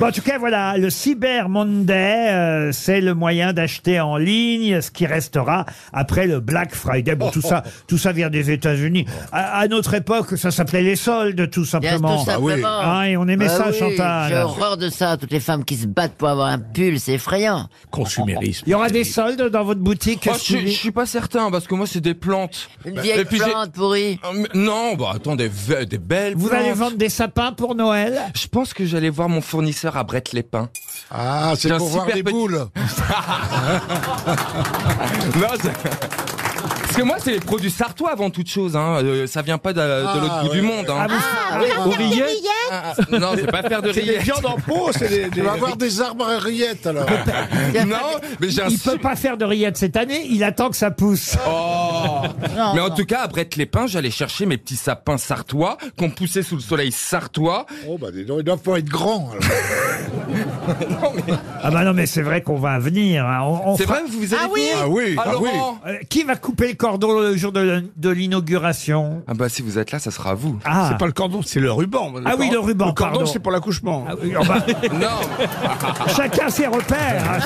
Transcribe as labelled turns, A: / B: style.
A: Bon, en tout cas, voilà, le Cyber Monday, euh, c'est le moyen d'acheter en ligne ce qui restera après le Black Friday. Bon, tout ça, tout ça vient des États-Unis. À, à notre époque, ça s'appelait les soldes, tout simplement.
B: Bien, tout simplement.
A: Hein, et on aimait
B: Bah
A: ça,
B: oui, J'ai
A: Chantal.
B: horreur de ça, toutes les femmes qui se battent pour avoir un pull, c'est effrayant.
C: Consumérisme.
A: Il y aura des soldes dans votre boutique.
D: Oh, je, suis- je suis pas certain parce que moi c'est des plantes.
B: Une
D: Bah,
B: vieille
D: et puis j'ai-
B: plante pourrie.
D: Ah, mais Non, bah attends, des, ve- des belles
A: Vous
D: plantes.
A: allez vendre des sapins pour Noël
D: Je pense que j'allais voir mon fournisseur à Brette-les-Pins.
E: Ah, c'est
D: J'ai un
E: pour voir
D: super
E: des
D: petit-
E: boules.
D: Non, c'est- Parce que moi c'est les produits sartois avant toute chose, hein. Euh, ça vient pas de, de
E: Ah,
D: l'autre bout
E: ouais.
D: du monde. Hein.
A: Ah, vous-
D: Aux rillettes Ah, ah, Non, c'est pas faire de rillettes.
C: en pot, c'est des,
E: Tu vas voir des arbres à rillettes alors.
D: Non, mais j'ai un
A: Il peut
D: su-
A: pas faire de rillettes cette année, il attend que ça pousse.
D: Oh.
B: Non,
D: Mais en
B: non.
D: tout cas, à Brette-les-Pins, j'allais chercher mes petits sapins sartois qu'on poussait sous le soleil sartois.
E: oh bah dis donc, ils doivent pas être grands. alors.
A: Ah bah non, mais c'est vrai qu'on va venir. hein. On- on
D: C'est
A: fera-
D: vrai, vous allez
E: Ah oui.
D: venir
E: Ah oui, ah oui.
D: Laurent
A: Euh, qui va couper le cordon le jour de l'in- de l'inauguration
D: Ah bah si vous êtes là, ça sera à vous.
A: Ah,
C: C'est pas le cordon, c'est le ruban.
A: Ah oui, le ruban,
C: Le cordon,
A: pardon.
C: c'est
D: Ah
C: pour l'accouchement.
A: Ah oui, oh bah,
D: Non,
A: chacun ses repères.